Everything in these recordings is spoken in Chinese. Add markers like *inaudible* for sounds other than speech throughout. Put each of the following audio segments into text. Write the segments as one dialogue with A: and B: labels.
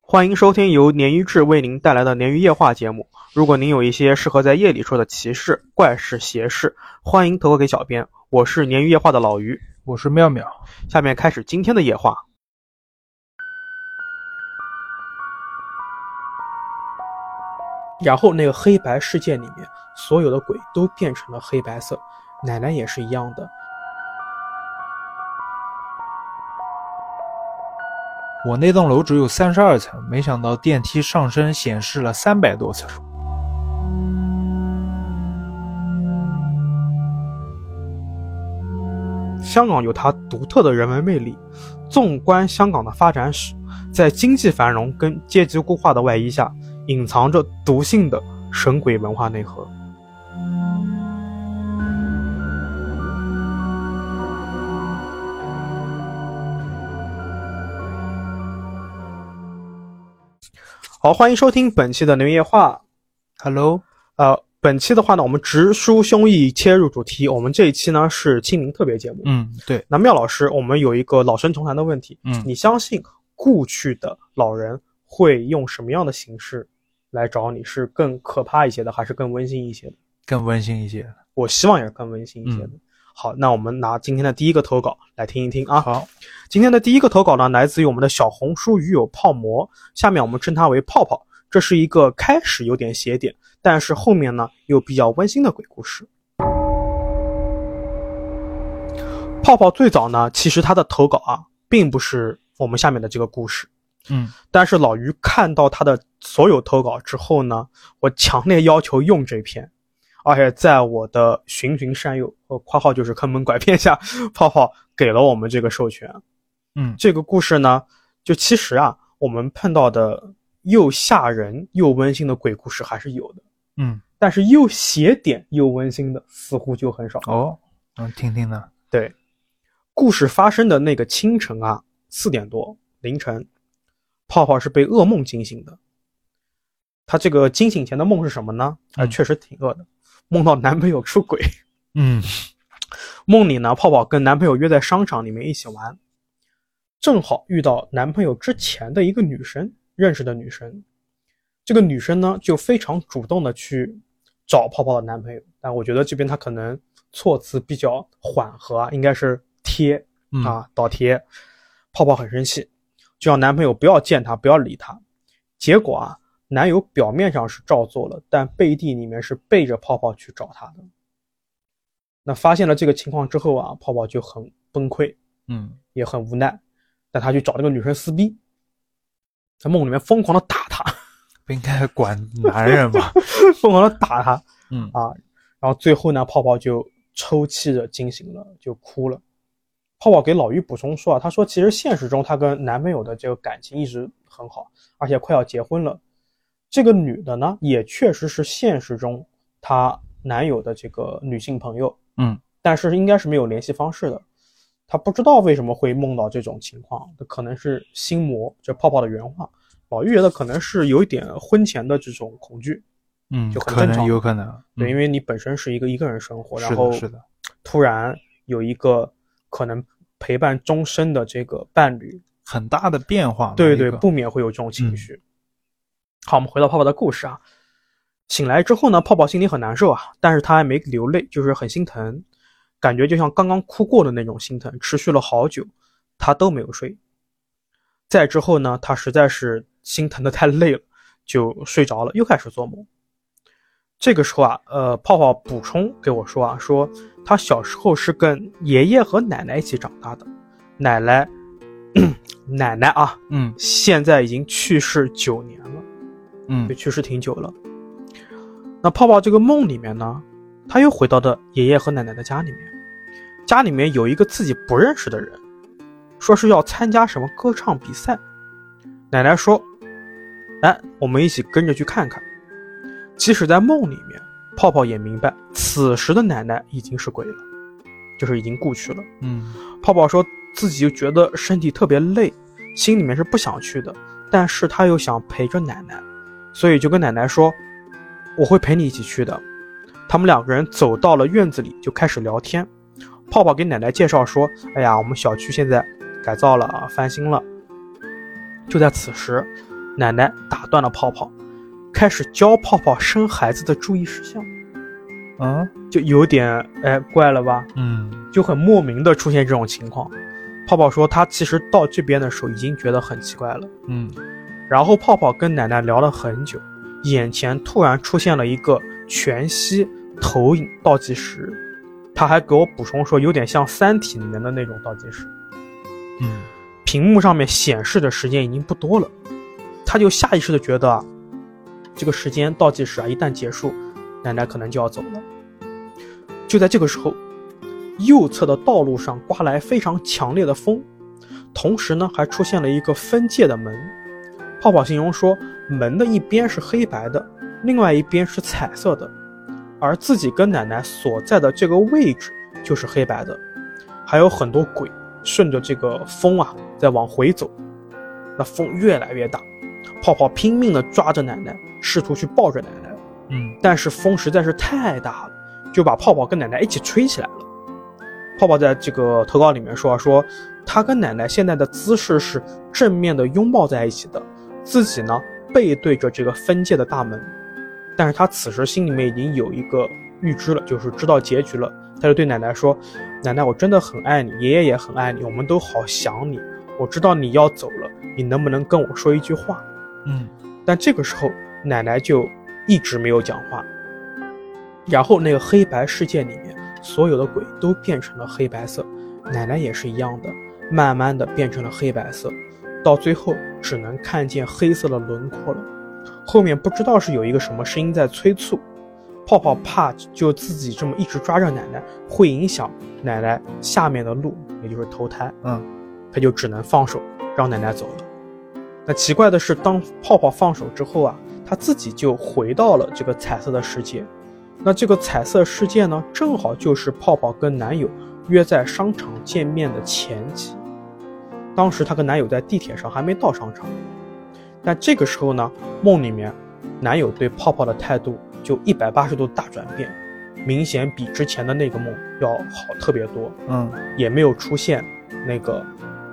A: 欢迎收听由鲶鱼志为您带来的鲶鱼夜话节目。如果您有一些适合在夜里说的奇事、怪事、邪事，欢迎投稿给小编。我是鲶鱼夜话的老鱼，
B: 我是妙妙。
A: 下面开始今天的夜话。然后那个黑白世界里面，所有的鬼都变成了黑白色，奶奶也是一样的。
B: 我那栋楼只有三十二层，没想到电梯上升显示了三百多层。
A: 香港有它独特的人文魅力。纵观香港的发展史，在经济繁荣跟阶级固化的外衣下，隐藏着毒性的神鬼文化内核。好，欢迎收听本期的《牛夜话》。
B: Hello，
A: 呃，本期的话呢，我们直抒胸臆切入主题。我们这一期呢是清明特别节目。
B: 嗯，对，
A: 那妙老师，我们有一个老生常谈的问题，
B: 嗯，
A: 你相信故去的老人会用什么样的形式来找你？是更可怕一些的，还是更温馨一些的？
B: 更温馨一些。
A: 我希望也是更温馨一些的。好，那我们拿今天的第一个投稿来听一听啊。
B: 好，
A: 今天的第一个投稿呢，来自于我们的小红书鱼友泡馍，下面我们称它为泡泡。这是一个开始有点邪点，但是后面呢又比较温馨的鬼故事。泡泡最早呢，其实他的投稿啊，并不是我们下面的这个故事，
B: 嗯，
A: 但是老于看到他的所有投稿之后呢，我强烈要求用这篇，而且在我的循循善诱（呃，括号就是坑蒙拐骗）下，泡泡给了我们这个授权。
B: 嗯
A: 这个故事呢，就其实啊，我们碰到的又吓人又温馨的鬼故事还是有的，
B: 嗯，
A: 但是又邪点又温馨的似乎就很少。
B: 哦，嗯，听听呢。
A: 对，故事发生的那个清晨啊，四点多凌晨，泡泡是被噩梦惊醒的。他这个惊醒前的梦是什么呢？啊、
B: 嗯
A: 确实挺恶的，梦到男朋友出轨。
B: 嗯
A: 梦里呢，泡泡跟男朋友约在商场里面一起玩，正好遇到男朋友之前的一个女生认识的女生，这个女生呢就非常主动的去找泡泡的男朋友，但我觉得这边她可能措辞比较缓和啊，应该是贴
B: 嗯，
A: 啊倒贴，泡泡很生气，就让男朋友不要见她，不要理她。结果啊，男友表面上是照做了，但背地里面是背着泡泡去找她的。那发现了这个情况之后啊，泡泡就很崩溃，
B: 嗯
A: 也很无奈，但他去找那个女生撕逼，在梦里面疯狂的打她， *laughs*
B: 不应该管男人吧？
A: 疯狂的打她，
B: 嗯
A: 啊，然后最后呢，泡泡就抽泣着惊醒了，就哭了。泡泡给老于补充说啊，她说其实现实中她跟男朋友的这个感情一直很好，而且快要结婚了。这个女的呢，也确实是现实中她男友的这个女性朋友，
B: 嗯，
A: 但是应该是没有联系方式的。她不知道为什么会梦到这种情况，这可能是心魔，这泡泡的原话。老于觉得可能是有一点婚前的这种恐惧，
B: 嗯，
A: 就很
B: 可
A: 正
B: 能
A: 常
B: 有可能。嗯
A: 对，因
B: 为
A: 为你本身是一个一个人生活，
B: 是
A: 然
B: 的
A: 后
B: 是的
A: 突然有一个可能陪伴终身的这个伴侣，
B: 很大的变化嘛。
A: 对
B: 一
A: 对，
B: 个
A: 不免会有这种情
B: 嗯
A: 绪。好，我们回到泡泡的故事啊。醒来之后呢，泡泡心里很难受啊，但是他还没流泪，就是很心疼，感觉就像刚刚哭过的那种心疼，持续了好久，他都没有睡。再之后呢，他实在是心疼的太累了，就睡着了，又开始做梦。这个时候啊，呃，泡泡补充给我说啊，说他小时候是跟爷爷和奶奶一起长大的，奶奶， *coughs* 奶奶啊，
B: 嗯
A: 现在已经去世九年了，
B: 嗯
A: 就去世挺久了。那泡泡这个梦里面呢，他又回到了爷爷和奶奶的家里面，家里面有一个自己不认识的人，说是要参加什么歌唱比赛，奶奶说：“来，我们一起跟着去看看。”即使在梦里面，泡泡也明白，此时的奶奶已经是鬼了，就是已经故去了。
B: 嗯
A: 泡泡说自己就觉得身体特别累，心里面是不想去的，但是他又想陪着奶奶，所以就跟奶奶说：“我会陪你一起去的。”他们两个人走到了院子里，就开始聊天。泡泡给奶奶介绍说：“哎呀，我们小区现在改造了啊，翻新了。”就在此时，奶奶打断了泡泡，开始教泡泡生孩子的注意事项，
B: 嗯
A: 就有点哎怪了吧？
B: 嗯
A: 就很莫名的出现这种情况。泡泡说他其实到这边的时候已经觉得很奇怪了。
B: 嗯
A: 然后泡泡跟奶奶聊了很久，眼前突然出现了一个全息投影倒计时，他还给我补充说有点像《三体》里面的那种倒计时。
B: 嗯
A: 屏幕上面显示的时间已经不多了，他就下意识的觉得啊，这个时间倒计时啊一旦结束，奶奶可能就要走了。就在这个时候，右侧的道路上刮来非常强烈的风，同时呢还出现了一个分界的门。泡泡形容说，门的一边是黑白的，另外一边是彩色的，而自己跟奶奶所在的这个位置就是黑白的，还有很多鬼顺着这个风啊在往回走，那风越来越大，泡泡拼命地抓着奶奶，试图去抱着奶奶，
B: 嗯
A: 但是风实在是太大了，就把泡泡跟奶奶一起吹起来了。泡泡在这个投稿里面说啊，说他跟奶奶现在的姿势是正面的拥抱在一起的，自己呢背对着这个分界的大门，但是他此时心里面已经有一个预知了，就是知道结局了。他就对奶奶说：“奶奶，我真的很爱你，爷爷也很爱你，我们都好想你。我知道你要走了，你能不能跟我说一句话？”
B: 嗯
A: 但这个时候，奶奶就一直没有讲话。然后那个黑白世界里面，所有的鬼都变成了黑白色，奶奶也是一样的，慢慢的变成了黑白色，到最后只能看见黑色的轮廓了。后面不知道是有一个什么声音在催促，泡泡怕就自己这么一直抓着奶奶，会影响奶奶下面的路，也就是投胎。
B: 嗯
A: 他就只能放手让奶奶走了。那奇怪的是，当泡泡放手之后啊，他自己就回到了这个彩色的世界。那这个彩色世界呢，正好就是泡泡跟男友约在商场见面的前夕。当时她跟男友在地铁上还没到商场，但这个时候呢，梦里面男友对泡泡的态度就一百八十度大转变，明显比之前的那个梦要好特别多。
B: 嗯
A: 也没有出现那个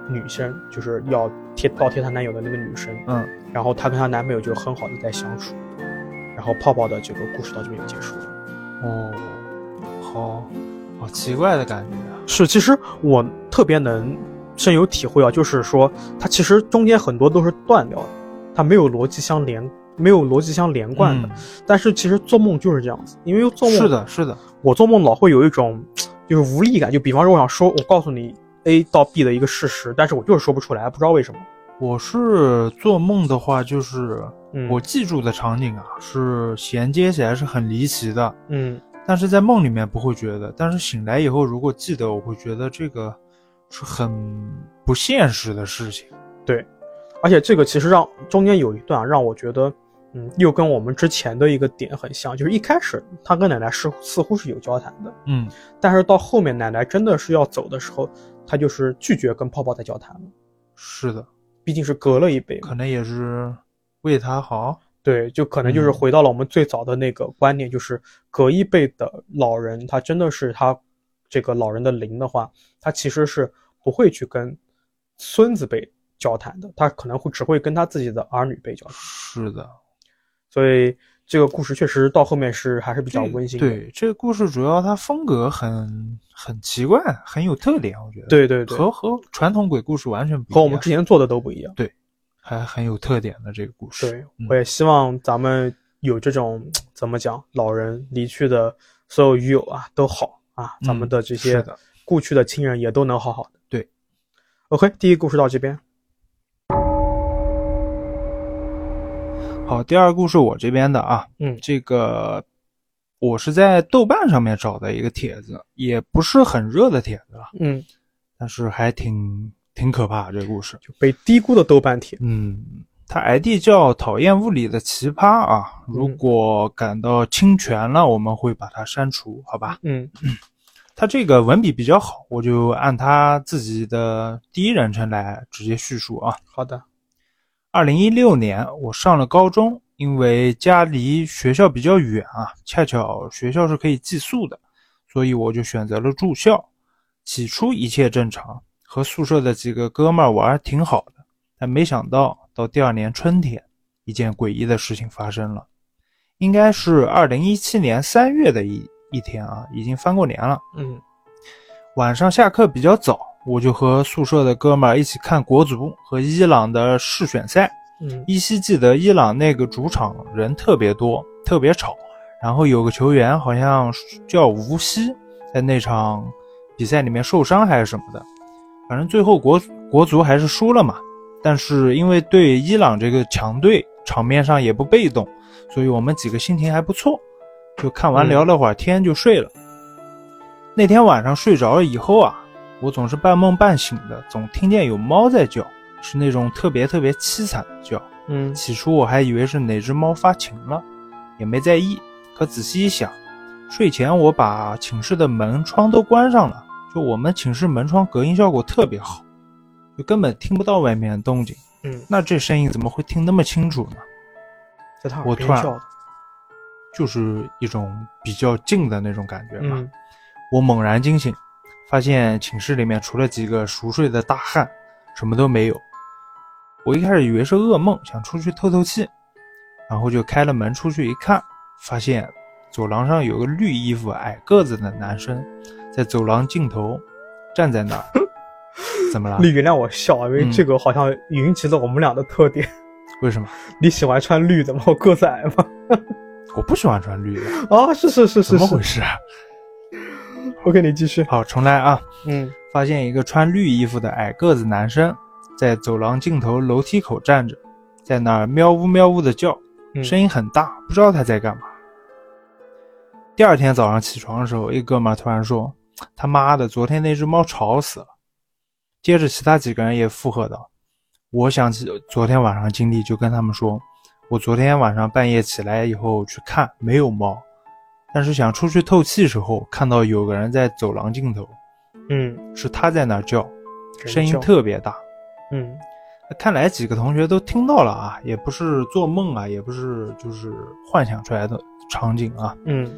A: 女生，就是要贴倒贴她男友的那个女生。
B: 嗯
A: 然后她跟她男朋友就很好的在相处。然后泡泡的这个故事到这边就结束了。
B: 哦，好好奇怪的感觉啊。
A: 是，其实我特别能深有体会啊，就是说它其实中间很多都是断掉的，它没有逻辑相连，没有逻辑相连贯的。
B: 嗯
A: 但是其实做梦就是这样子，因为做梦
B: 是的，是的，
A: 我做梦老会有一种就是无力感，就比方说我想说，我告诉你 A 到 B 的一个事实，但是我就是说不出来，不知道为什么。
B: 我是做梦的话，就是
A: 嗯，
B: 我记住的场景啊，是衔接起来是很离奇的，
A: 嗯
B: 但是在梦里面不会觉得，但是醒来以后如果记得，我会觉得这个是很不现实的事情。，
A: 而且这个其实让中间有一段啊让我觉得，嗯，又跟我们之前的一个点很像，就是一开始他跟奶奶是似乎是有交谈的，
B: 嗯
A: 但是到后面奶奶真的是要走的时候，他就是拒绝跟泡泡再交谈了，，
B: 是的，
A: 毕竟是隔了一杯嘛，
B: 可能也是为他好。
A: 对，就可能就是
B: 嗯
A: 回到了我们最早的那个观念，就是隔一辈的老人，他真的是他这个老人的灵的话，他其实是不会去跟孙子辈交谈的，他可能会只会跟他自己的儿女辈交谈。
B: 是的，
A: 所以这个故事确实到后面是还是比较温馨的。
B: 对，这个故事主要它风格很很奇怪，很有特点，我觉得。，
A: 对对对，
B: 和和传统鬼故事完全不一样，
A: 和我们之前做的都不一样。
B: 还很有特点的这个故事。
A: 对
B: 嗯，
A: 我也希望咱们有这种怎么讲，老人离去的所有鱼友啊都好啊，咱们的这
B: 嗯是
A: 些
B: 的
A: 故去的亲人也都能好好的。
B: 对
A: ，OK，第一个故事到这边。
B: 好，第二个故事我这边的啊，
A: 嗯
B: 这个我是在豆瓣上面找的一个帖子，也不是很热的帖子了，
A: 嗯，
B: 但是还挺挺可怕这个故事。
A: 就被低估的豆瓣帖。
B: 嗯，他 ID 叫讨厌物理的奇葩啊。如果感到侵权了，我们会把它删除，好吧？
A: 嗯
B: 他这个文笔比较好，我就按他自己的第一人称来直接叙述啊。
A: 好的。
B: 二零一六年，我上了高中，因为家离学校比较远啊，恰巧学校是可以寄宿的，所以我就选择了住校。起初一切正常，和宿舍的几个哥们儿玩儿挺好的，但没想到到第二年春天，一件诡异的事情发生了，应该是二零一七年三月的一一天啊，已经翻过年了。
A: 嗯
B: 晚上下课比较早，我就和宿舍的哥们儿一起看国足和伊朗的世选赛。
A: 嗯
B: 依稀记得伊朗那个主场人特别多，特别吵，然后有个球员好像叫吴曦，在那场比赛里面受伤还是什么的，反正最后国国足还是输了嘛。但是因为对伊朗这个强队，场面上也不被动，所以我们几个心情还不错，就看完
A: 嗯
B: 聊了会儿天就睡了。那天晚上睡着了以后啊，我总是半梦半醒的，总听见有猫在叫，是那种特别特别凄惨的叫。
A: 嗯
B: 起初我还以为是哪只猫发情了，也没在意。可仔细一想，睡前我把寝室的门窗都关上了，就我们寝室门窗隔音效果特别好，就根本听不到外面的动静。
A: 嗯，
B: 那这声音怎么会听那么清楚呢？
A: 在他
B: 我
A: 耳边
B: 突然
A: 笑的，
B: 就是一种比较近的那种感觉嘛。
A: 嗯
B: 我猛然惊醒，发现寝室里面除了几个熟睡的大汉，什么都没有。我一开始以为是噩梦，想出去透透气，然后就开了门出去一看，发现走廊上有个绿衣服矮个子的男生，在走廊尽头站在那儿。 *laughs* 怎么了？
A: 你原谅我笑啊，因为
B: 嗯
A: 这个好像云集了我们俩的特点。
B: 为什么？
A: 你喜欢穿绿的吗？我个子矮吗？ *laughs*
B: 我不喜欢穿绿的，
A: 啊，是是是
B: 怎
A: 是
B: 么
A: 是
B: 回。事啊？
A: 我给你继续。
B: 好，重来啊！
A: 嗯
B: 发现一个穿绿衣服的矮个子男生在走廊尽头楼梯口站着，在那儿喵呜喵呜的叫，
A: 嗯
B: 声音很大，不知道他在干嘛。第二天早上起床的时候，一哥们儿突然说：“他妈的，昨天那只猫吵死了。”接着其他几个人也附和道：“我想起昨天晚上经历，就跟他们说，我昨天晚上半夜起来以后去看，没有猫，但是想出去透气时候，看到有个人在走廊尽头，
A: 嗯，
B: 是他在那儿叫，声音
A: 人叫
B: 特别大。
A: 嗯
B: 看来几个同学都听到了啊，也不是做梦啊，也不是就是幻想出来的场景啊。
A: 嗯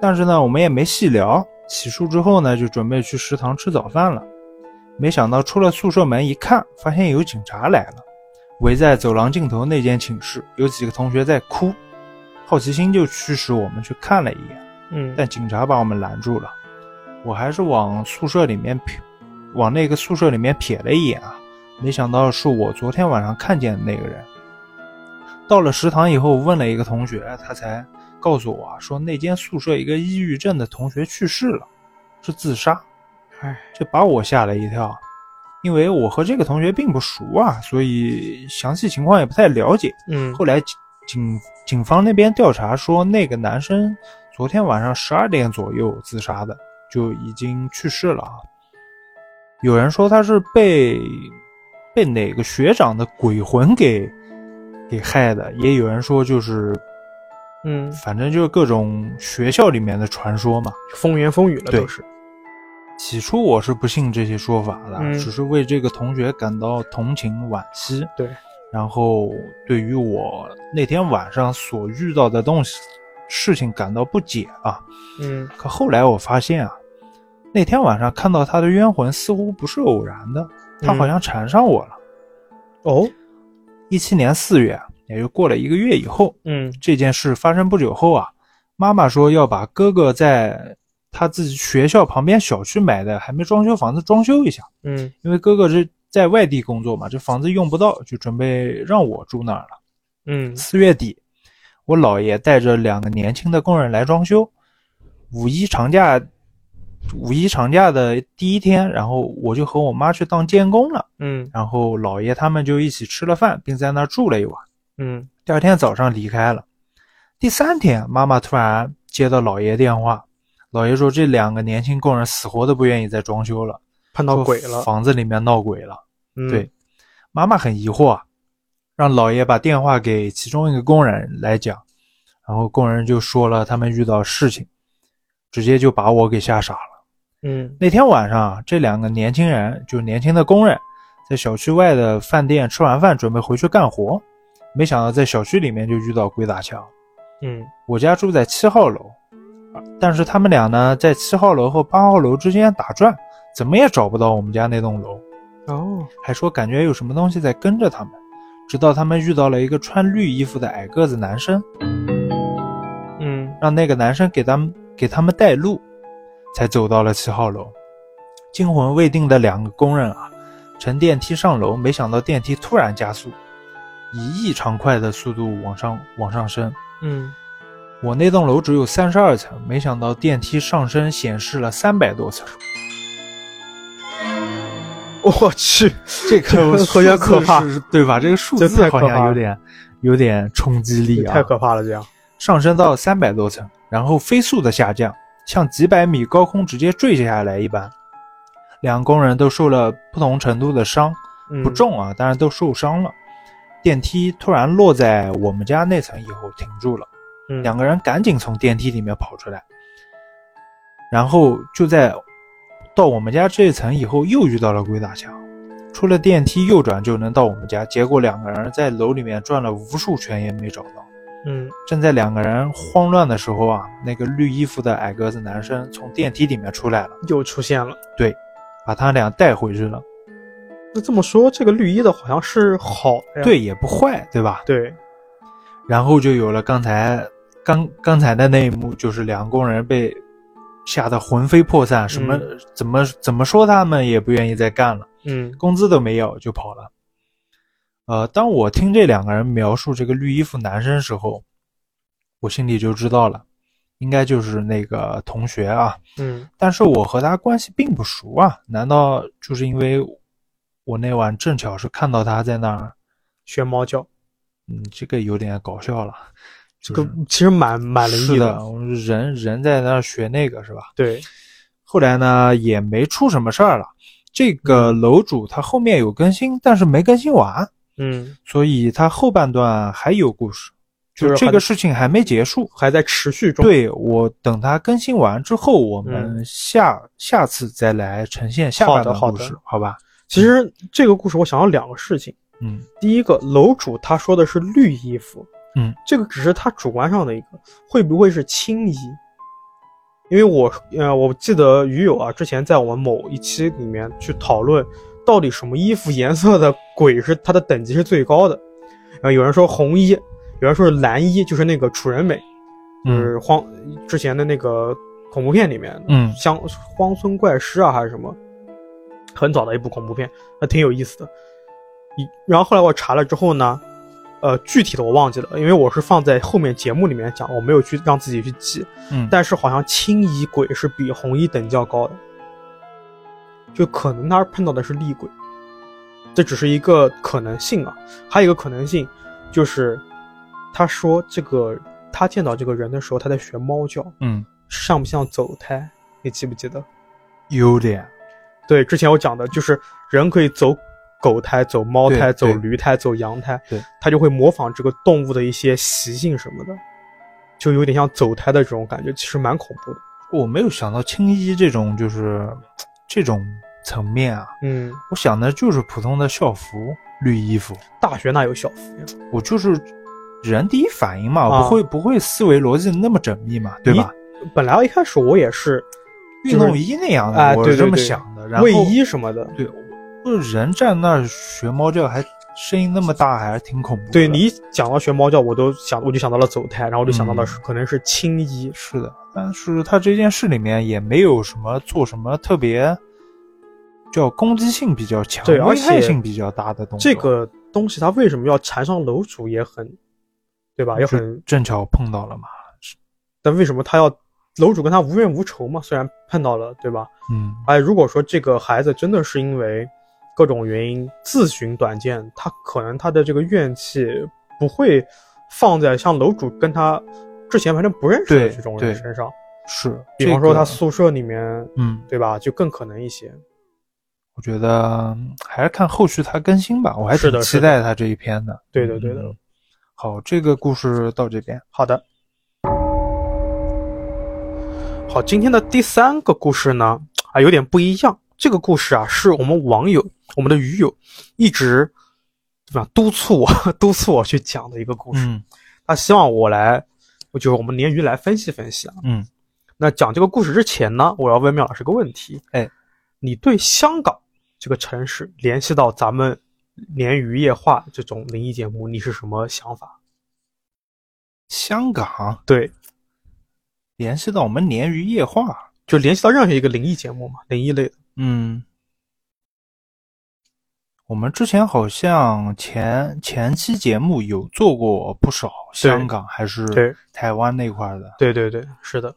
B: 但是呢，我们也没细聊。洗漱之后呢，就准备去食堂吃早饭了。没想到出了宿舍门一看，发现有警察来了，围在走廊尽头那间寝室，有几个同学在哭。好奇心就驱使我们去看了一眼。
A: 嗯，
B: 但警察把我们拦住了。我还是往宿舍里面瞥，往那个宿舍里面瞥了一眼啊，没想到是我昨天晚上看见的那个人。到了食堂以后，问了一个同学，他才告诉我啊，说那间宿舍一个抑郁症的同学去世了，是自杀。
A: 哎，
B: 这把我吓了一跳，啊因为我和这个同学并不熟啊，所以详细情况也不太了解。
A: 嗯
B: 后来警警警方那边调查说，那个男生昨天晚上十二点左右自杀的，就已经去世了啊。有人说他是被被哪个学长的鬼魂给给害的，也有人说就是
A: 嗯，
B: 反正就是各种学校里面的传说嘛。
A: 风言风语了都是。
B: 起初我是不信这些说法的，
A: 嗯
B: 只是为这个同学感到同情惋惜。
A: 对，
B: 然后对于我那天晚上所遇到的东西事情感到不解啊。
A: 嗯
B: 可后来我发现啊，那天晚上看到他的冤魂似乎不是偶然的，他
A: 嗯
B: 好像缠上我了。
A: 哦
B: 一七、年四月，也就过了一个月以后，
A: 嗯
B: 这件事发生不久后啊，妈妈说要把哥哥在他自己学校旁边小区买的还没装修房子装修一下。
A: 嗯
B: 因为哥哥是在外地工作嘛，这房子用不到，就准备让我住那儿了。
A: 嗯
B: 四月底，我姥爷带着两个年轻的工人来装修。五一长假，五一长假的第一天，然后我就和我妈去当监工了，
A: 嗯
B: 然后姥爷他们就一起吃了饭，并在那儿住了一晚。
A: 嗯
B: 第二天早上离开了。第三天，妈妈突然接到姥爷电话，姥爷说这两个年轻工人死活都不愿意再装修了，
A: 碰到鬼了
B: 说。房子里面闹鬼了。
A: 嗯
B: 对，妈妈很疑惑啊，让姥爷把电话给其中一个工人来讲，然后工人就说了他们遇到事情，直接就把我给吓傻了。
A: 嗯
B: 那天晚上啊，这两个年轻人，就年轻的工人，在小区外的饭店吃完饭，准备回去干活，没想到在小区里面就遇到鬼打墙。
A: 嗯
B: 我家住在七号楼，啊但是他们俩呢，在七号楼和八号楼之间打转，怎么也找不到我们家那栋楼。
A: 哦
B: 还说感觉有什么东西在跟着他们，直到他们遇到了一个穿绿衣服的矮个子男生，
A: 嗯，
B: 让那个男生给他们给他们带路，才走到了七号楼。惊魂未定的两个工人啊，乘电梯上楼，没想到电梯突然加速，以异常快的速度往上往上升。
A: 嗯，
B: 我那栋楼只有三十二层，没想到电梯上升显示了三百
A: *laughs*
B: 多层。
A: 我去，
B: 这个
A: 好像可怕
B: 数字是，对吧？这个数
A: 这
B: 字
A: 太可
B: 好
A: 怕
B: 像有
A: 了
B: 点有点冲击力啊，
A: 太可怕了，这样，
B: 上升到三百多层，然后飞速的下降，像几百米高空直接坠下来一般。两工人都受了不同程度的伤，
A: 嗯
B: 不，重啊，当然都受伤了。电梯突然落在我们家那层以后停住了，
A: 嗯
B: 两个人赶紧从电梯里面跑出来，然后就在到我们家这一层以后又遇到了鬼打墙，出了电梯右转就能到我们家，结果两个人在楼里面转了无数圈也没找到。
A: 嗯，
B: 正在两个人慌乱的时候啊，那个绿衣服的矮个子男生从电梯里面出来了，
A: 又出现了。
B: 把他俩带回去了。
A: 那这么说，这个绿衣的好像是好的呀？
B: 对，也不坏，对吧？
A: 对，
B: 然后就有了刚才刚刚才的那一幕，就是两个工人被吓得魂飞魄散，什么、怎么怎么说他们也不愿意再干了，
A: 嗯
B: 工资都没有就跑了。呃，当我听这两个人描述这个绿衣服男生时候，我心里就知道了，应该就是那个同学啊。
A: 嗯
B: 但是我和他关系并不熟啊，难道就是因为我那晚正巧是看到他在那儿？
A: 学猫叫，
B: 嗯，这个有点搞笑了。
A: 这
B: 就
A: 个
B: 是
A: 其实蛮蛮灵
B: 是
A: 异
B: 的，我们人人在那儿学那个是吧？
A: 对，
B: 后来呢，也没出什么事儿了。这个楼主他后面有更新，但是没更新完，
A: 嗯，
B: 所以他后半段还有故事，
A: 就是
B: 这
A: 还
B: 个事情还没结束。
A: 还在持续中。，
B: 对我等它更新完之后，我们下、下次再来呈现下半段
A: 嗯好
B: 故
A: 的好的
B: 事，好吧？
A: 其实这个故事我想要两个事情。
B: 嗯
A: 第一个，楼主他说的是绿衣服，
B: 嗯，
A: 这个只是他主观上的一个，会不会是青衣？因为我呃，我记得鱼友啊，之前在我们某一期里面去讨论，到底什么衣服颜色的鬼是它的等级是最高的。呃，有人说红衣，有人说是蓝衣，就是那个楚人美，就
B: 嗯
A: 是荒之前的那个恐怖片里面，
B: 嗯
A: 乡荒村怪尸啊，还是什么，很早的一部恐怖片，还挺有意思的。一然后后来我查了之后呢，呃，具体的我忘记了，因为我是放在后面节目里面讲，我没有去让自己去记。
B: 嗯，
A: 但是好像青衣鬼是比红衣等级要高的，就可能他碰到的是厉鬼，这只是一个可能性啊。还有一个可能性就是，他说这个他见到这个人的时候，他在学猫叫，
B: 嗯
A: 像不像走胎？你记不记得？
B: 有点
A: 对，之前我讲的就是人可以走狗胎、走猫
B: 对
A: 胎、走
B: 对
A: 驴胎、走羊胎，
B: 对，
A: 它就会模仿这个动物的一些习性什么的，就有点像走胎的这种感觉，其实蛮恐怖的。
B: 我没有想到青衣这种就是这种层面啊，
A: 嗯，
B: 我想的就是普通的校服绿衣服，
A: 大学哪有校服呀？
B: 我就是人第一反应嘛，
A: 啊
B: 不会不会思维逻辑那么缜密嘛，对吧？
A: 本来一开始我也是
B: 运动衣那样的，
A: 哎
B: 我
A: 对
B: 是
A: 对
B: 这么
A: 对
B: 想的。然后
A: 卫衣什么的，
B: 对，我人站那儿学猫叫还声音那么大，还是挺恐怖的。
A: 对你一讲到学猫叫，我都想我就想到了走胎，然后我就想
B: 嗯
A: 到了是可能是青衣。
B: 是的，但是他这件事里面也没有什么做什么特别叫攻击性比较强、
A: 对而
B: 危
A: 且
B: 害性比较大的东西。
A: 这个东西它为什么要缠上楼主也很，对吧？也
B: 就
A: 很
B: 正巧碰到了嘛，
A: 但为什么他要楼主跟他无冤无仇嘛？虽然碰到了，对吧？
B: 嗯，
A: 哎，如果说这个孩子真的是因为各种原因自寻短见，他可能他的这个怨气不会放在像楼主跟他之前反正不认识的
B: 对
A: 这种
B: 对
A: 人身上，
B: 是。
A: 比方说
B: 这个
A: 他宿舍里面，
B: 嗯，
A: 对吧？就更可能一些。
B: 我觉得嗯还是看后续它更新吧，我还
A: 是
B: 挺
A: 的
B: 期
A: 是的
B: 待它这一篇的。
A: 对的对的
B: 嗯好，这个故事到这边。
A: 好的，好，今天的第三个故事呢，啊，有点不一样。这个故事啊，是我们网友、我们的鱼友一直对吧督促我、 *laughs* 督促我去讲的一个故事。
B: 嗯
A: 他希望我来，就是我们鲶鱼来分析分析啊。
B: 嗯，
A: 那讲这个故事之前呢，我要问妙老师个问题。
B: 哎，
A: 你对香港这个城市联系到咱们连于夜话这种灵异节目，你是什么想法？
B: 香港
A: 对，
B: 联系到我们鲶鱼夜话，
A: 就联系到任何一个灵异节目嘛，灵异类的。
B: 嗯，我们之前好像前前期节目有做过不少香港还是
A: 对
B: 台湾那块儿的，
A: 对对对，是的。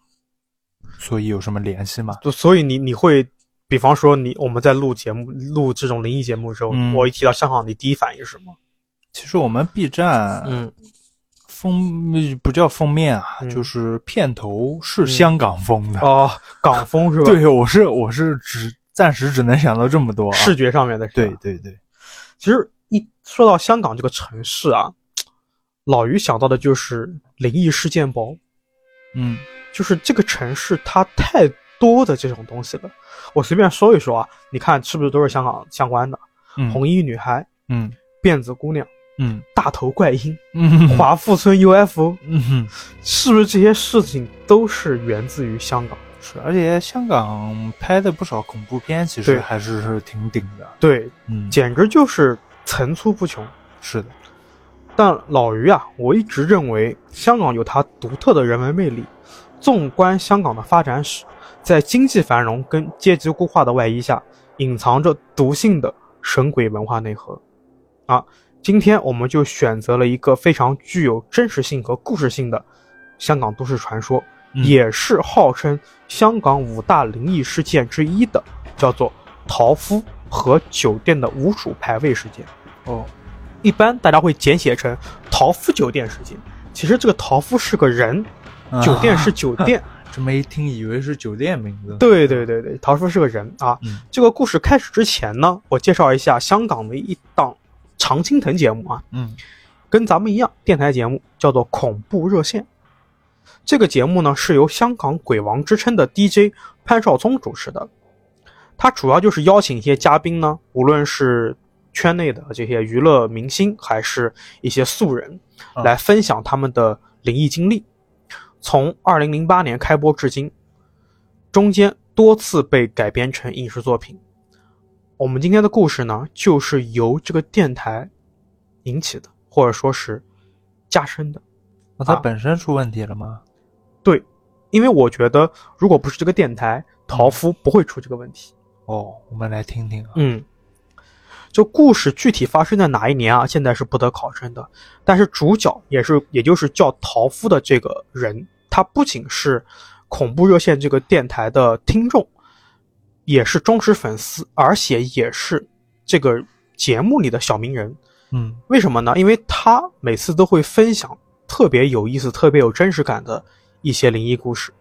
B: 所以有什么联系吗？
A: 就所以你你会，比方说你我们在录节目录这种灵异节目的时候，
B: 嗯
A: 我一提到香港，你第一反应是什么？
B: 其实我们 B 站
A: 嗯，
B: 封、嗯不叫封面啊，
A: 嗯
B: 就是片头是
A: 嗯
B: 香港风的。
A: 哦，港风是吧？，
B: 对，我是我是只暂时只能想到这么多、啊。
A: 视觉上面的是吧
B: 对对对，
A: 其实一说到香港这个城市啊，老于想到的就是灵异事件包，
B: 嗯
A: 就是这个城市它太多的这种东西了。我随便说一说啊，你看是不是都是香港相关的？
B: 嗯
A: 红衣女孩、
B: 嗯
A: 辫子姑娘、
B: 嗯
A: 大头怪婴、
B: 嗯哼
A: 华富村 UFO，
B: 嗯哼
A: 是不是这些事情都是源自于香港？
B: 是，而且香港拍的不少恐怖片，其实
A: 对
B: 还是是挺顶的。
A: 对，
B: 嗯，
A: 简直就是层出不穷。
B: 是的，
A: 但老于啊，我一直认为香港有它独特的人文魅力。纵观香港的发展史，在经济繁荣跟阶级固化的外衣下，隐藏着毒性的神鬼文化内核。啊，今天我们就选择了一个非常具有真实性和故事性的香港都市传说，
B: 嗯
A: 也是号称香港五大灵异事件之一的，叫做陶夫和酒店的无主牌位事件。
B: 哦，
A: 一般大家会简写成陶夫酒店事件。其实这个陶夫是个人，
B: 啊
A: 酒店是酒店。
B: 这么一听以为是酒店名字。，
A: 对对对对，陶夫是个人啊。
B: 嗯
A: 这个故事开始之前呢，我介绍一下香港的一档常青藤节目啊，
B: 嗯
A: 跟咱们一样，电台节目叫做《恐怖热线》。这个节目呢是由香港鬼王之称的 DJ 潘少聪主持的，他主要就是邀请一些嘉宾呢，无论是圈内的这些娱乐明星，还是一些素人，
B: 啊
A: 来分享他们的灵异经历。从2008年开播至今，中间多次被改编成影视作品。我们今天的故事呢，就是由这个电台引起的，或者说是加深的。
B: 那它
A: 啊
B: 本身出问题了吗？
A: 对，因为我觉得如果不是这个电台，陶夫不会出这个问题。
B: 哦，我们来听听啊。
A: 嗯，就故事具体发生在哪一年啊？现在是不得考证的。嗯但啊是主角也是，也就是叫陶夫的这个人，他不仅是恐怖热线这个电台的听众，也是忠实粉丝，而且也是这个节目里的小名人。
B: 嗯
A: 为什么呢？因为他每次都会分享特别有意思、特别有真实感的一些灵异故事，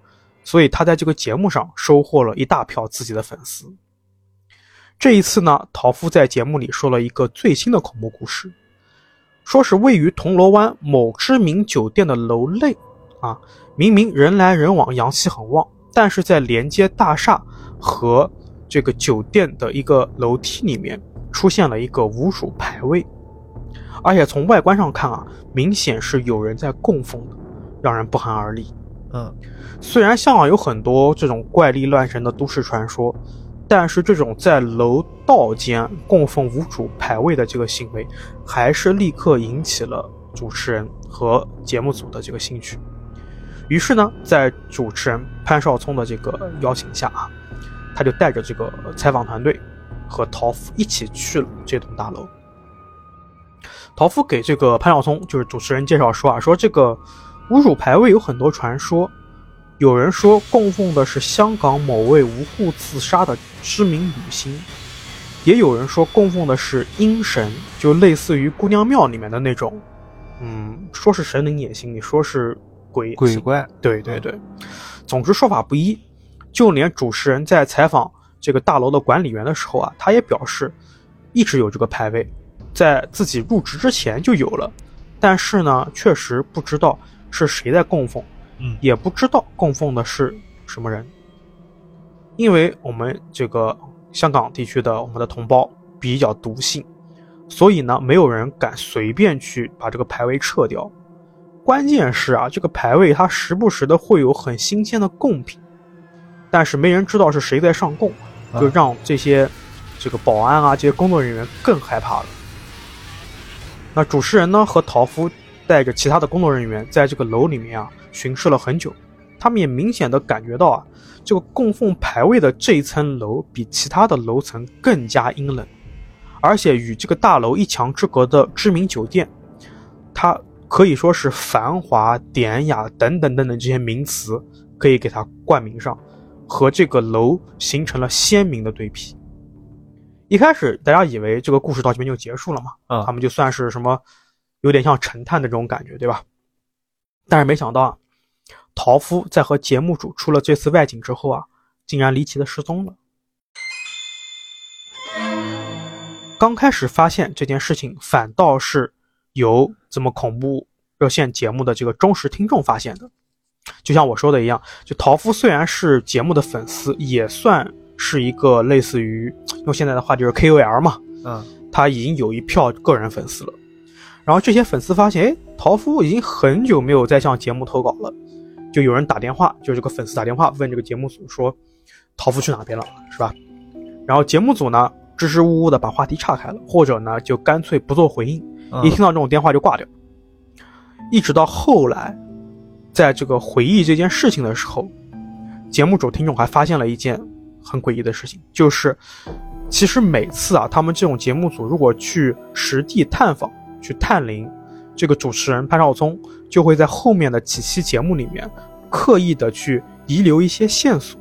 A: 所以他在这个节目上收获了一大票自己的粉丝。这一次呢，陶夫在节目里说了一个最新的恐怖故事，说是位于铜锣湾某知名酒店的楼内啊，明明人来人往，阳气很旺，但是在连接大厦和这个酒店的一个楼梯里面出现了一个无主牌位。而且从外观上看啊，明显是有人在供奉的，让人不寒而栗。
B: 嗯
A: 虽然香港有很多这种怪力乱神的都市传说，但是这种在楼道间供奉无主牌位的这个行为，还是立刻引起了主持人和节目组的这个兴趣。于是呢，在主持人潘少聪的这个邀请下啊，他就带着这个采访团队和陶夫一起去了这栋大楼。陶夫给这个潘晓松，就是主持人介绍说啊，说这个侮辱牌位有很多传说，有人说供奉的是香港某位无故自杀的知名女星，也有人说供奉的是阴神，就类似于姑娘庙里面的那种，嗯，说是神灵也行，你说是鬼也
B: 鬼
A: 行
B: 怪。
A: 对对对，总之说法不一。就连主持人在采访这个大楼的管理员的时候啊，他也表示，一直有这个牌位，在自己入职之前就有了，但是呢，确实不知道是谁在供奉，
B: 嗯
A: 也不知道供奉的是什么人，因为我们这个香港地区的我们的同胞比较笃信，所以呢，没有人敢随便去把这个牌位撤掉。关键是啊，这个牌位它时不时的会有很新鲜的贡品，但是没人知道是谁在上供，就
B: 啊
A: 让这些这个保安啊这些工作人员更害怕了。那主持人呢和陶夫带着其他的工作人员在这个楼里面啊巡视了很久，他们也明显的感觉到啊，这个供奉牌位的这一层楼比其他的楼层更加阴冷，而且与这个大楼一墙之隔的知名酒店，它可以说是繁华、典雅等等等等这些名词可以给它冠名上，和这个楼形成了鲜明的对比。一开始大家以为这个故事到这边就结束了嘛，
B: 啊
A: 他们就算是什么，有点像神探的这种感觉，对吧？但是没想到啊，陶夫在和节目组出了这次外景之后啊，竟然离奇的失踪了。刚开始发现这件事情，反倒是由这么恐怖热线节目的这个忠实听众发现的。就像我说的一样，就陶夫虽然是节目的粉丝，也算是一个类似于用现在的话就是 KOL 嘛，
B: 嗯
A: 他已经有一票个人粉丝了。然后这些粉丝发现，哎，陶夫已经很久没有再向节目投稿了，就有人打电话，就是这个粉丝打电话问这个节目组说，陶夫去哪边了，是吧？然后节目组呢支支吾吾的把话题岔开了，或者呢就干脆不做回应，
B: 嗯
A: 一听到这种电话就挂掉。一直到后来，在这个回忆这件事情的时候，节目组听众还发现了一件很诡异的事情，就是其实每次啊，他们这种节目组如果去实地探访、去探灵，这个主持人潘少聪就会在后面的几期节目里面刻意的去遗留一些线索，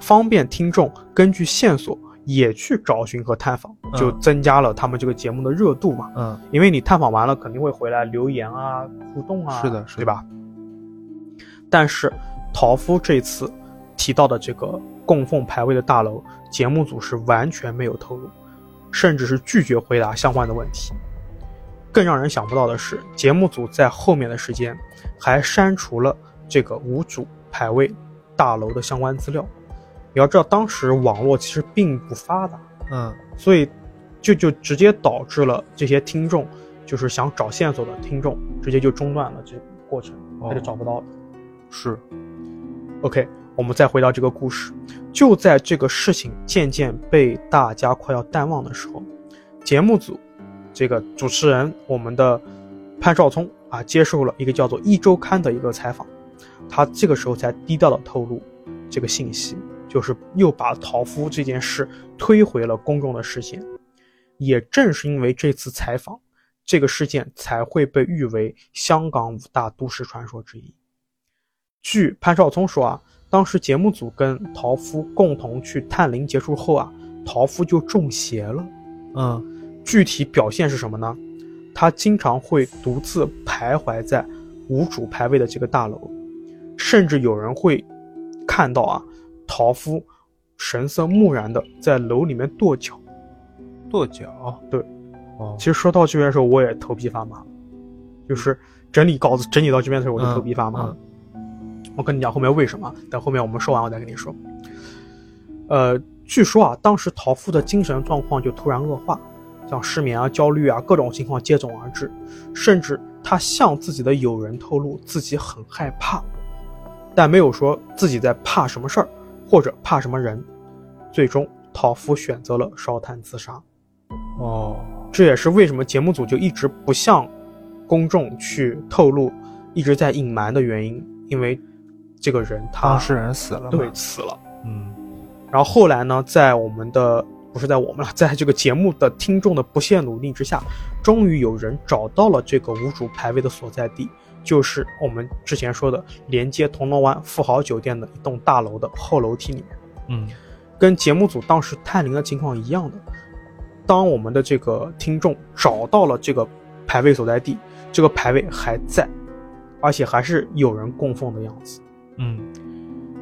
A: 方便听众根据线索也去找寻和探访，就
B: 嗯
A: 增加了他们这个节目的热度嘛。
B: 嗯
A: 因为你探访完了肯定会回来留言啊、互动啊，
B: 是的是的
A: 对吧？但是陶夫这次提到的这个供奉牌位的大楼，节目组是完全没有透露，甚至是拒绝回答相关的问题。更让人想不到的是，节目组在后面的时间还删除了这个无主牌位大楼的相关资料。你要知道，当时网络其实并不发达，
B: 嗯
A: 所以就就直接导致了这些听众，就是想找线索的听众，直接就中断了这个过程，
B: 哦
A: 他就找不到了。
B: 是
A: OK，我们再回到这个故事，就在这个事情渐渐被大家快要淡忘的时候，节目组这个主持人我们的潘少聪啊，接受了一个叫做《一周刊》的一个采访，他这个时候才低调的透露这个信息，就是又把陶夫这件事推回了公众的视线。也正是因为这次采访，这个事件才会被誉为香港五大都市传说之一。据潘少聪说啊，当时节目组跟陶夫共同去探灵结束后啊，陶夫就中邪了。
B: 嗯
A: 具体表现是什么呢？他经常会独自徘徊在无主牌位的这个大楼，甚至有人会看到啊，陶夫神色木然的在楼里面跺脚。
B: 跺脚
A: 对
B: 哦
A: 其实说到这边的时候，我也头皮发麻，就是整理稿子整理到这边的时候，我就头皮发麻。
B: 嗯
A: 我跟你讲后面为什么，等后面我们说完我再跟你说。呃，据说啊，当时陶夫的精神状况就突然恶化，像失眠啊、焦虑啊各种情况接踵而至，甚至他向自己的友人透露自己很害怕，但没有说自己在怕什么事儿或者怕什么人。最终，陶夫选择了烧炭自杀。
B: 哦
A: 这也是为什么节目组就一直不向公众去透露，一直在隐瞒的原因，因为这个人他
B: 当事人死了嘛
A: 啊对死了。
B: 嗯
A: 然后后来呢，在我们的不是在我们了， *laughs* 在这个节目的听众的不懈努力之下，终于有人找到了这个无主牌位的所在地，就是我们之前说的连接铜锣湾富豪酒店的一栋大楼的后楼梯里面。
B: 嗯
A: 跟节目组当时探灵的情况一样的。当我们的这个听众找到了这个牌位所在地，这个牌位还在，而且还是有人供奉的样子。
B: 嗯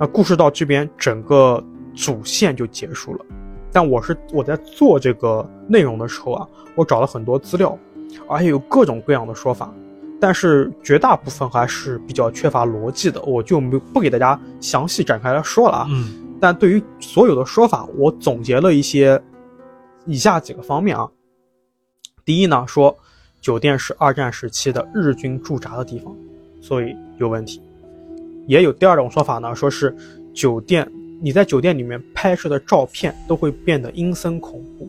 A: 那故事到这边，整个主线就结束了。但我是我在做这个内容的时候啊，我找了很多资料，而且有各种各样的说法，但是绝大部分还是比较缺乏逻辑的，我就没不给大家详细展开来说了啊。
B: 嗯
A: 但对于所有的说法，我总结了一些以下几个方面啊。第一呢，说酒店是二战时期的日军驻扎的地方，所以有问题。也有第二种说法呢，说是酒店你在酒店里面拍摄的照片都会变得阴森恐怖。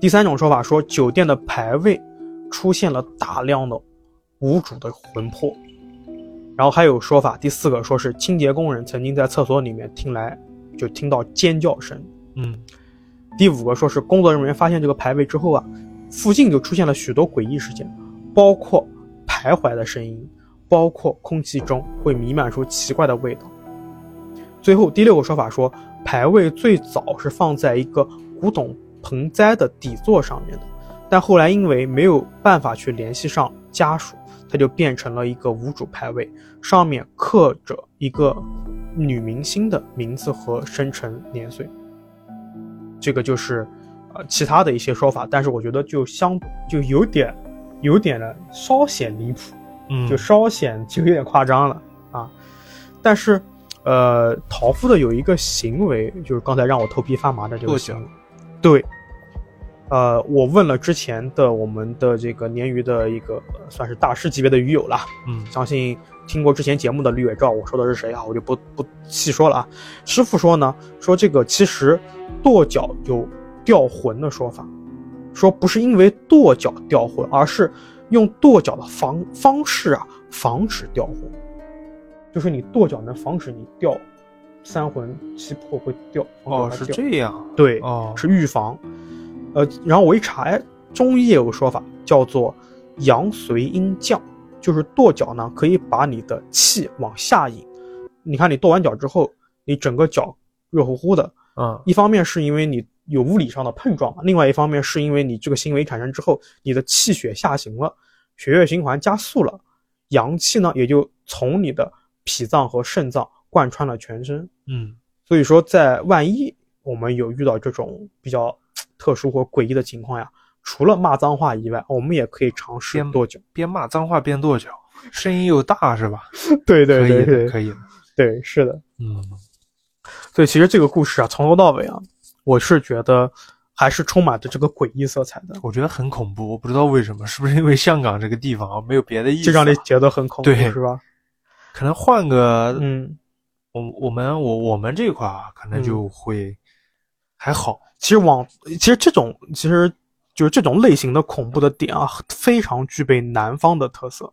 A: 第三种说法说酒店的牌位出现了大量的无主的魂魄。然后还有说法，第四个说是清洁工人曾经在厕所里面听来就听到尖叫声。
B: 嗯，
A: 第五个说是工作人员发现这个牌位之后啊，附近就出现了许多诡异事件，包括徘徊的声音，包括空气中会弥漫出奇怪的味道。最后第六个说法说，牌位最早是放在一个古董盆栽的底座上面的，但后来因为没有办法去联系上家属，它就变成了一个无主牌位，上面刻着一个女明星的名字和生辰年岁。这个就是呃其他的一些说法，但是我觉得就相就有点有点的稍显离谱，
B: 嗯，
A: 就稍显就有点夸张了啊。但是呃，陶夫的有一个行为，就是刚才让我头皮发麻的这个
B: 跺
A: 行
B: 脚
A: 为，对。呃，我问了之前的我们的这个鲶鱼的一个呃算是大师级别的鱼友了，
B: 嗯
A: 相信听过之前节目的吕伟照，我说的是谁啊？我就不不细说了啊。师傅说呢，说这个其实跺脚有掉魂的说法，说不是因为跺脚掉魂，而是用跺脚的方方式啊防止掉魂，就是你跺脚能防止你掉三魂七魄会掉。
B: 哦
A: 防止它
B: 是
A: 掉
B: 这样
A: 对
B: 哦，
A: 是预防。呃，然后我一查，哎，中医也有个说法叫做“阳随阴降”，就是跺脚呢可以把你的气往下引。你看你跺完脚之后，你整个脚热乎乎的，
B: 嗯
A: 一方面是因为你有物理上的碰撞嘛，另外一方面是因为你这个行为产生之后，你的气血下行了，血液循环加速了，阳气呢也就从你的脾脏和肾脏贯穿了全身。
B: 嗯
A: 所以说，在万一我们有遇到这种比较特殊或诡异的情况呀，除了骂脏话以外，我们也可以尝试
B: 边
A: 跺脚。
B: 边骂脏话边跺脚，声音又大是吧？
A: 对对
B: 可以
A: 对
B: 的
A: 对
B: 可以的，
A: 对，是的。
B: 嗯
A: 所以其实这个故事啊，从头到尾啊，我是觉得还是充满着这个诡异色彩的，
B: 我觉得很恐怖，我不知道为什么，是不是因为香港这个地方没有别的意思
A: 就
B: 啊、
A: 让你觉得很恐怖，
B: 对
A: 是吧？
B: 可能换个、
A: 嗯，
B: 我我们我我们这块啊，可能就会还好，
A: 其实往其实这种其实就是这种类型的恐怖的点啊，非常具备南方的特色。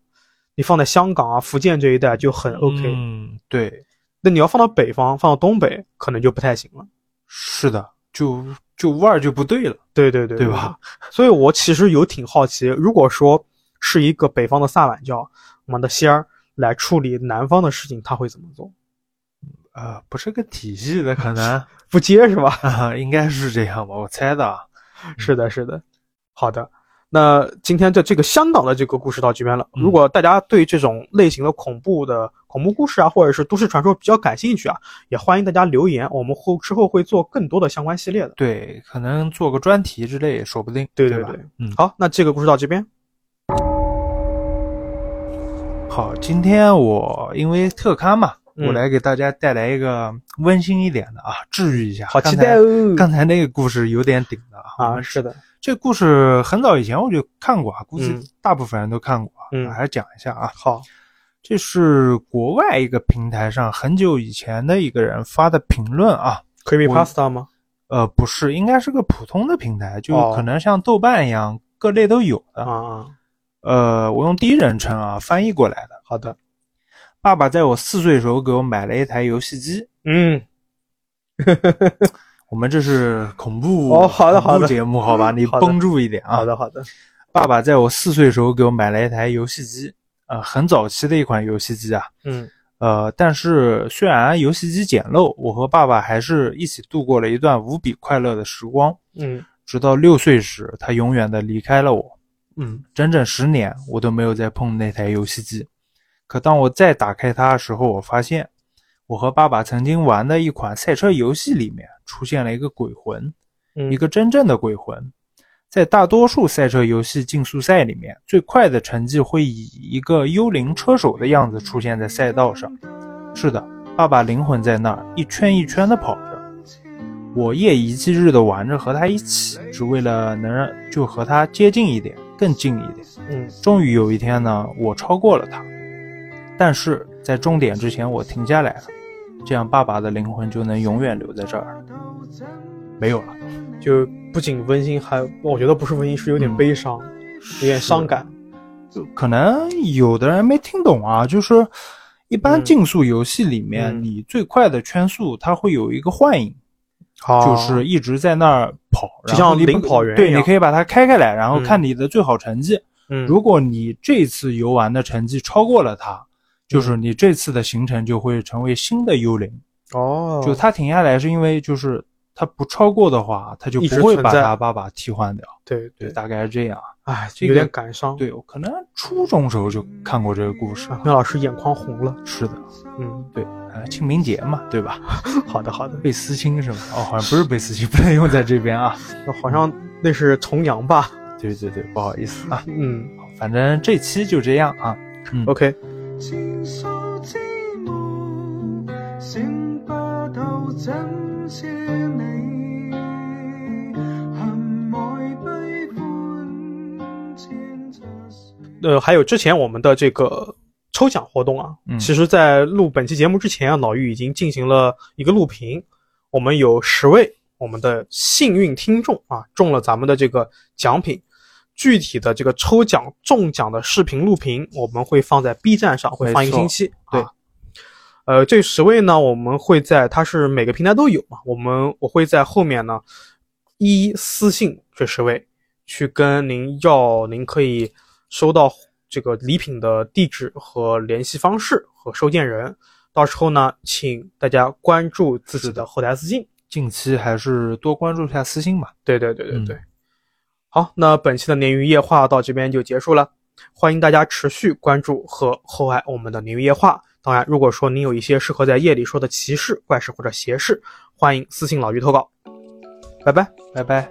A: 你放在香港啊、福建这一带就很 OK，、
B: 嗯，对，
A: 那你要放到北方，放到东北，可能就不太行了。
B: 是的，就就味儿就不对了，
A: 对对对，
B: 对吧？？
A: 所以我其实有挺好奇，如果说是一个北方的萨满教，我们的仙儿来处理南方的事情，他会怎么做？
B: 呃，不是个体系的，可
A: *laughs*
B: 能
A: 不接是吧？
B: 啊，应该是这样吧，我猜的啊。
A: 是的，是的。好的，那今天的这个香港的这个故事到这边了。
B: 嗯
A: 如果大家对这种类型的恐怖的恐怖故事啊，或者是都市传说比较感兴趣啊，也欢迎大家留言，我们后之后会做更多的相关系列的。
B: 对，可能做个专题之类也说不定，
A: 对
B: 对
A: 对
B: 吧
A: 对
B: 嗯，
A: 好，那这个故事到这边，
B: 好，今天我因为特刊嘛，
A: 嗯
B: 我来给大家带来一个温馨一点的啊，治愈一下。
A: 好期待
B: 刚才
A: 哦！
B: 刚才那个故事有点顶的啊，
A: 啊，是的，
B: 这故事很早以前我就看过啊，估计
A: 嗯
B: 大部分人都看过啊，
A: 嗯
B: 我还是讲一下啊。
A: 好，
B: 这是国外一个平台上很久以前的一个人发的评论啊，
A: Creepy
B: 我
A: Pasta 吗？
B: 呃，不是，应该是个普通的平台，就
A: 哦
B: 可能像豆瓣一样，各类都有的。
A: 啊，
B: 呃，我用第一人称啊翻译过来的。
A: 好的，
B: 爸爸在我四岁时候给我买了一台游戏机。
A: 嗯，
B: 我们这是恐怖
A: 哦好的
B: 恐怖
A: 好的
B: 节
A: *laughs*
B: 目，好吧，你
A: 好的
B: 绷住一点啊。
A: 好的，好的，
B: 爸爸在我四岁时候给我买了一台游戏机，呃，很早期的一款游戏机啊。
A: 嗯
B: 呃，但是虽然游戏机简陋，我和爸爸还是一起度过了一段无比快乐的时光。
A: 嗯
B: 直到六岁时，他永远的离开了我，
A: 嗯
B: 整整十年我都没有再碰那台游戏机。可当我再打开它的时候，我发现我和爸爸曾经玩的一款赛车游戏里面出现了一个鬼魂，
A: 嗯，
B: 一个真正的鬼魂。在大多数赛车游戏竞速赛里面，最快的成绩会以一个幽灵车手的样子出现在赛道上。是的，爸爸灵魂在那儿一圈一圈的跑着，我夜以继日的玩着和他一起，只为了能让就和他接近一点，更近一点。
A: 嗯
B: 终于有一天呢，我超过了他，但是在终点之前我停下来了，这样爸爸的灵魂就能永远留在这儿了，没有了。
A: 就不仅温馨还，我觉得不是温馨，是有点
B: 嗯
A: 悲伤。有点伤感。
B: 就可能有的人没听懂啊，就是一般
A: 嗯
B: 竞速游戏里面，
A: 嗯
B: 你最快的圈速它会有一个幻影，
A: 好
B: 就是一直在那儿跑，
A: 哦就
B: 然后
A: 像
B: 你不
A: 领跑员一
B: 对，
A: 样
B: 你可以把它开开来，然后
A: 嗯
B: 看你的最好成绩。
A: 嗯，
B: 如果你这次游玩的成绩超过了它，就是你这次的行程就会成为新的幽灵。
A: 哦，
B: 就它停下来是因为就是它不超过的话，它就
A: 一直
B: 不会
A: 存
B: 把
A: 在
B: 它爸爸替换掉。
A: 对
B: 对，
A: 对，
B: 大概是这样。
A: 哎，
B: 这
A: 有点
B: 个
A: 感伤。，
B: 对，我可能初中时候就看过这个故 *laughs* 事
A: 啊。，那老师眼眶红了。
B: 是的，
A: 嗯，
B: 对，呃，清明节嘛，对 *laughs* 吧？
A: 好的好的，
B: 被思亲是吗？哦，好像不是被思亲，不能用在这边啊。
A: 那好像那是重阳吧？
B: *laughs* 对对对，不好意思啊。
A: 嗯
B: 反正这期就这样啊。嗯
A: ，OK，
C: 千梭之梦，醒不到怎些你，含愛悲歡千冊歲。
A: 呃，还有之前我们的这个抽奖活动啊，
B: 嗯
A: 其实，在录本期节目之前啊，老于已经进行了一个录屏，我们有十位我们的幸运听众啊中了咱们的这个奖品。具体的这个抽奖中奖的视频录屏，我们会放在 B 站上，会放一个
B: 没
A: 星
B: 错
A: 期。
B: 对
A: 啊呃，这十位呢，我们会在它是每个平台都有嘛，我们我会在后面呢一一私信这十位，去跟您要您可以收到这个礼品的地址和联系方式和收件人。到时候呢，请大家关注自己的后台私信。
B: 近期还是多关注一下私信吧。
A: 对对对对对。
B: 嗯
A: 好，那本期的鲶鱼夜话到这边就结束了，欢迎大家持续关注和厚爱我们的鲶鱼夜话。当然，如果说您有一些适合在夜里说的奇事、怪事或者邪事，欢迎私信老于投稿。拜拜。
B: 拜拜。